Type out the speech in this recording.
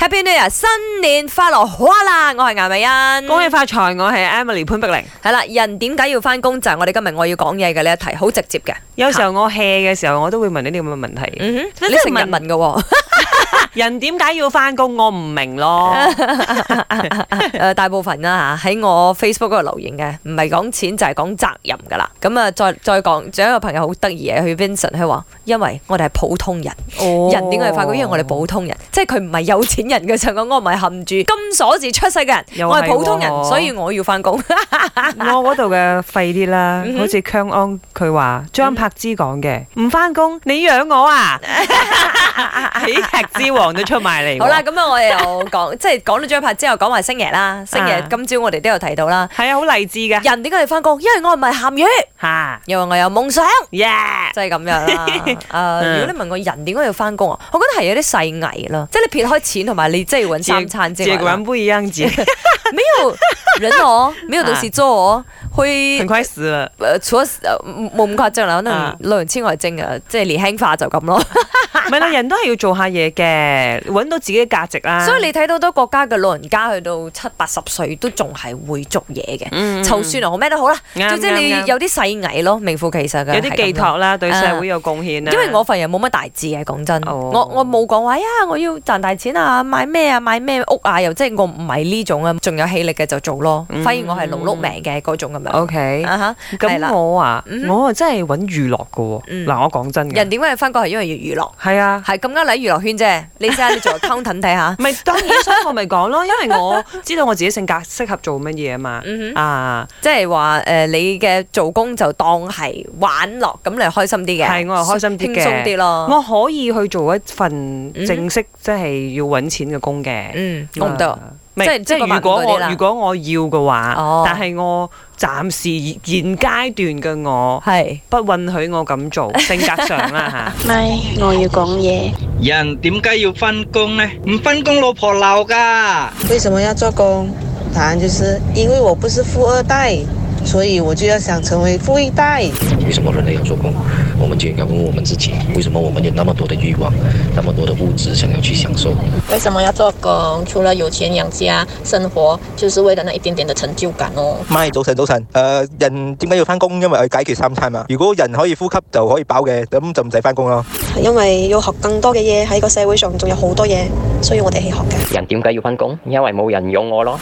Happy New Year，新年快樂，好啦！我係顏美欣，恭喜發財！我係 Emily 潘碧玲。係啦，人點解要翻工就係我哋今日我要講嘢嘅呢一題，好直接嘅。有時候我 hea 嘅時候，我都會問呢啲咁嘅問題。嗯哼，真你係成日問問嘅 喎，人點解要翻工？我唔 明咯。誒大部分啦嚇喺我 Facebook 嗰度留言嘅，唔係講錢就係講責任㗎啦。咁啊，再再講，仲有一個朋友好得意嘅，佢 Vincent 佢話，因為我哋係普通人，哦人點解要翻工？因為我哋普通人，即係佢唔係有錢人嘅上講，我唔係含住金鎖匙出世嘅人，又我係係普通人，喎所以我要翻工。我嗰度嘅廢啲啦嗯，哼好似姜安佢話張柏芝講嘅，唔翻工你養我 啊！喜劇之王都出埋嚟喎。好啦，咁啊，我哋又 講，即係講到張柏之後，講埋星爺啦。星爺啊今朝我哋都有提到啦。係啊，好勵志嘅人點解要翻工？因為我唔係鹹魚，嚇因為我有夢想， ，yeah！即係咁樣 啦。誒、嗯如果你問我人點解要翻工啊，我覺得係有啲細藝啦，即係你撇開錢同埋你即係揾三餐之結外果啦，不一樣子，沒有人 哦，沒有東西做哦，會很。快死了。誒除咗誒冇咁誇張啦，可能啊老人痴呆症啊，即係年輕化就咁咯。唔係啦，人都係要做下嘢嘅，揾到自己嘅價值啦。所以你睇到好多國家嘅老人家去到七八十歲都仲係會做嘢嘅。嗯，嗯湊孫啊，好咩都好啦，啱總之你啱啱有啲細藝咯，名副其實嘅，有啲寄係咁咯。託啦，對啊社會有貢獻啦。啊因為我份人冇乜大志嘅，講真，哦我我冇講話呀，我要賺大錢啊，買咩啊，買咩屋啊，又即係我唔係呢種啊，仲有氣力嘅就做咯。嗯哦反而我係勞碌命嘅嗰種咁樣。 OK，啊哈係啦咁我啊嗯，我啊真係揾娛樂嘅嗯喎。嗱，我講真嘅人，點解要翻工係因為要娛樂，係啊。係咁啱你喺娛樂圈啫。你試下你做 accountant 睇 下。咪當然，所以我咪講咯，因為 我知道我自己性格適合做乜嘢啊嘛。嗯哼啊，即係話誒，你嘅做工就當係玩樂，咁你開心啲嘅，係我係開心啲嘅輕鬆啲咯。我啊可以去做一份嗯哼正式，即係要揾錢嘅工嘅。嗯，我唔得啊。。唔係即係即即係係如個果白雲嗰啲啦我如果我要嘅哦話，但係我暫時現階段嘅我係。不允許我咁做，性格上 啦嚇。咪，我要講嘢。人點解要分工呢？唔分工，老婆鬧噶。为什么要做工？答案就是因为我不是富二代，所以我就要想成为富一代。为什么人类要做工？我们就应该问问我们自己，为什么我们有那么多的欲望，那么多的物质想要去享受？为什么要做工？除了有钱养家，生活就是为了那一点点的成就感哦。咪早晨早晨，誒、人點解要翻工？因為佢解決三餐嘛。如果人可以呼吸就可以飽嘅，咁就唔使翻工咯。係因為要學更多嘅嘢喺個社會上，仲有好多嘢需要我哋去學嘅。人點解要返工？因為冇人養我咯。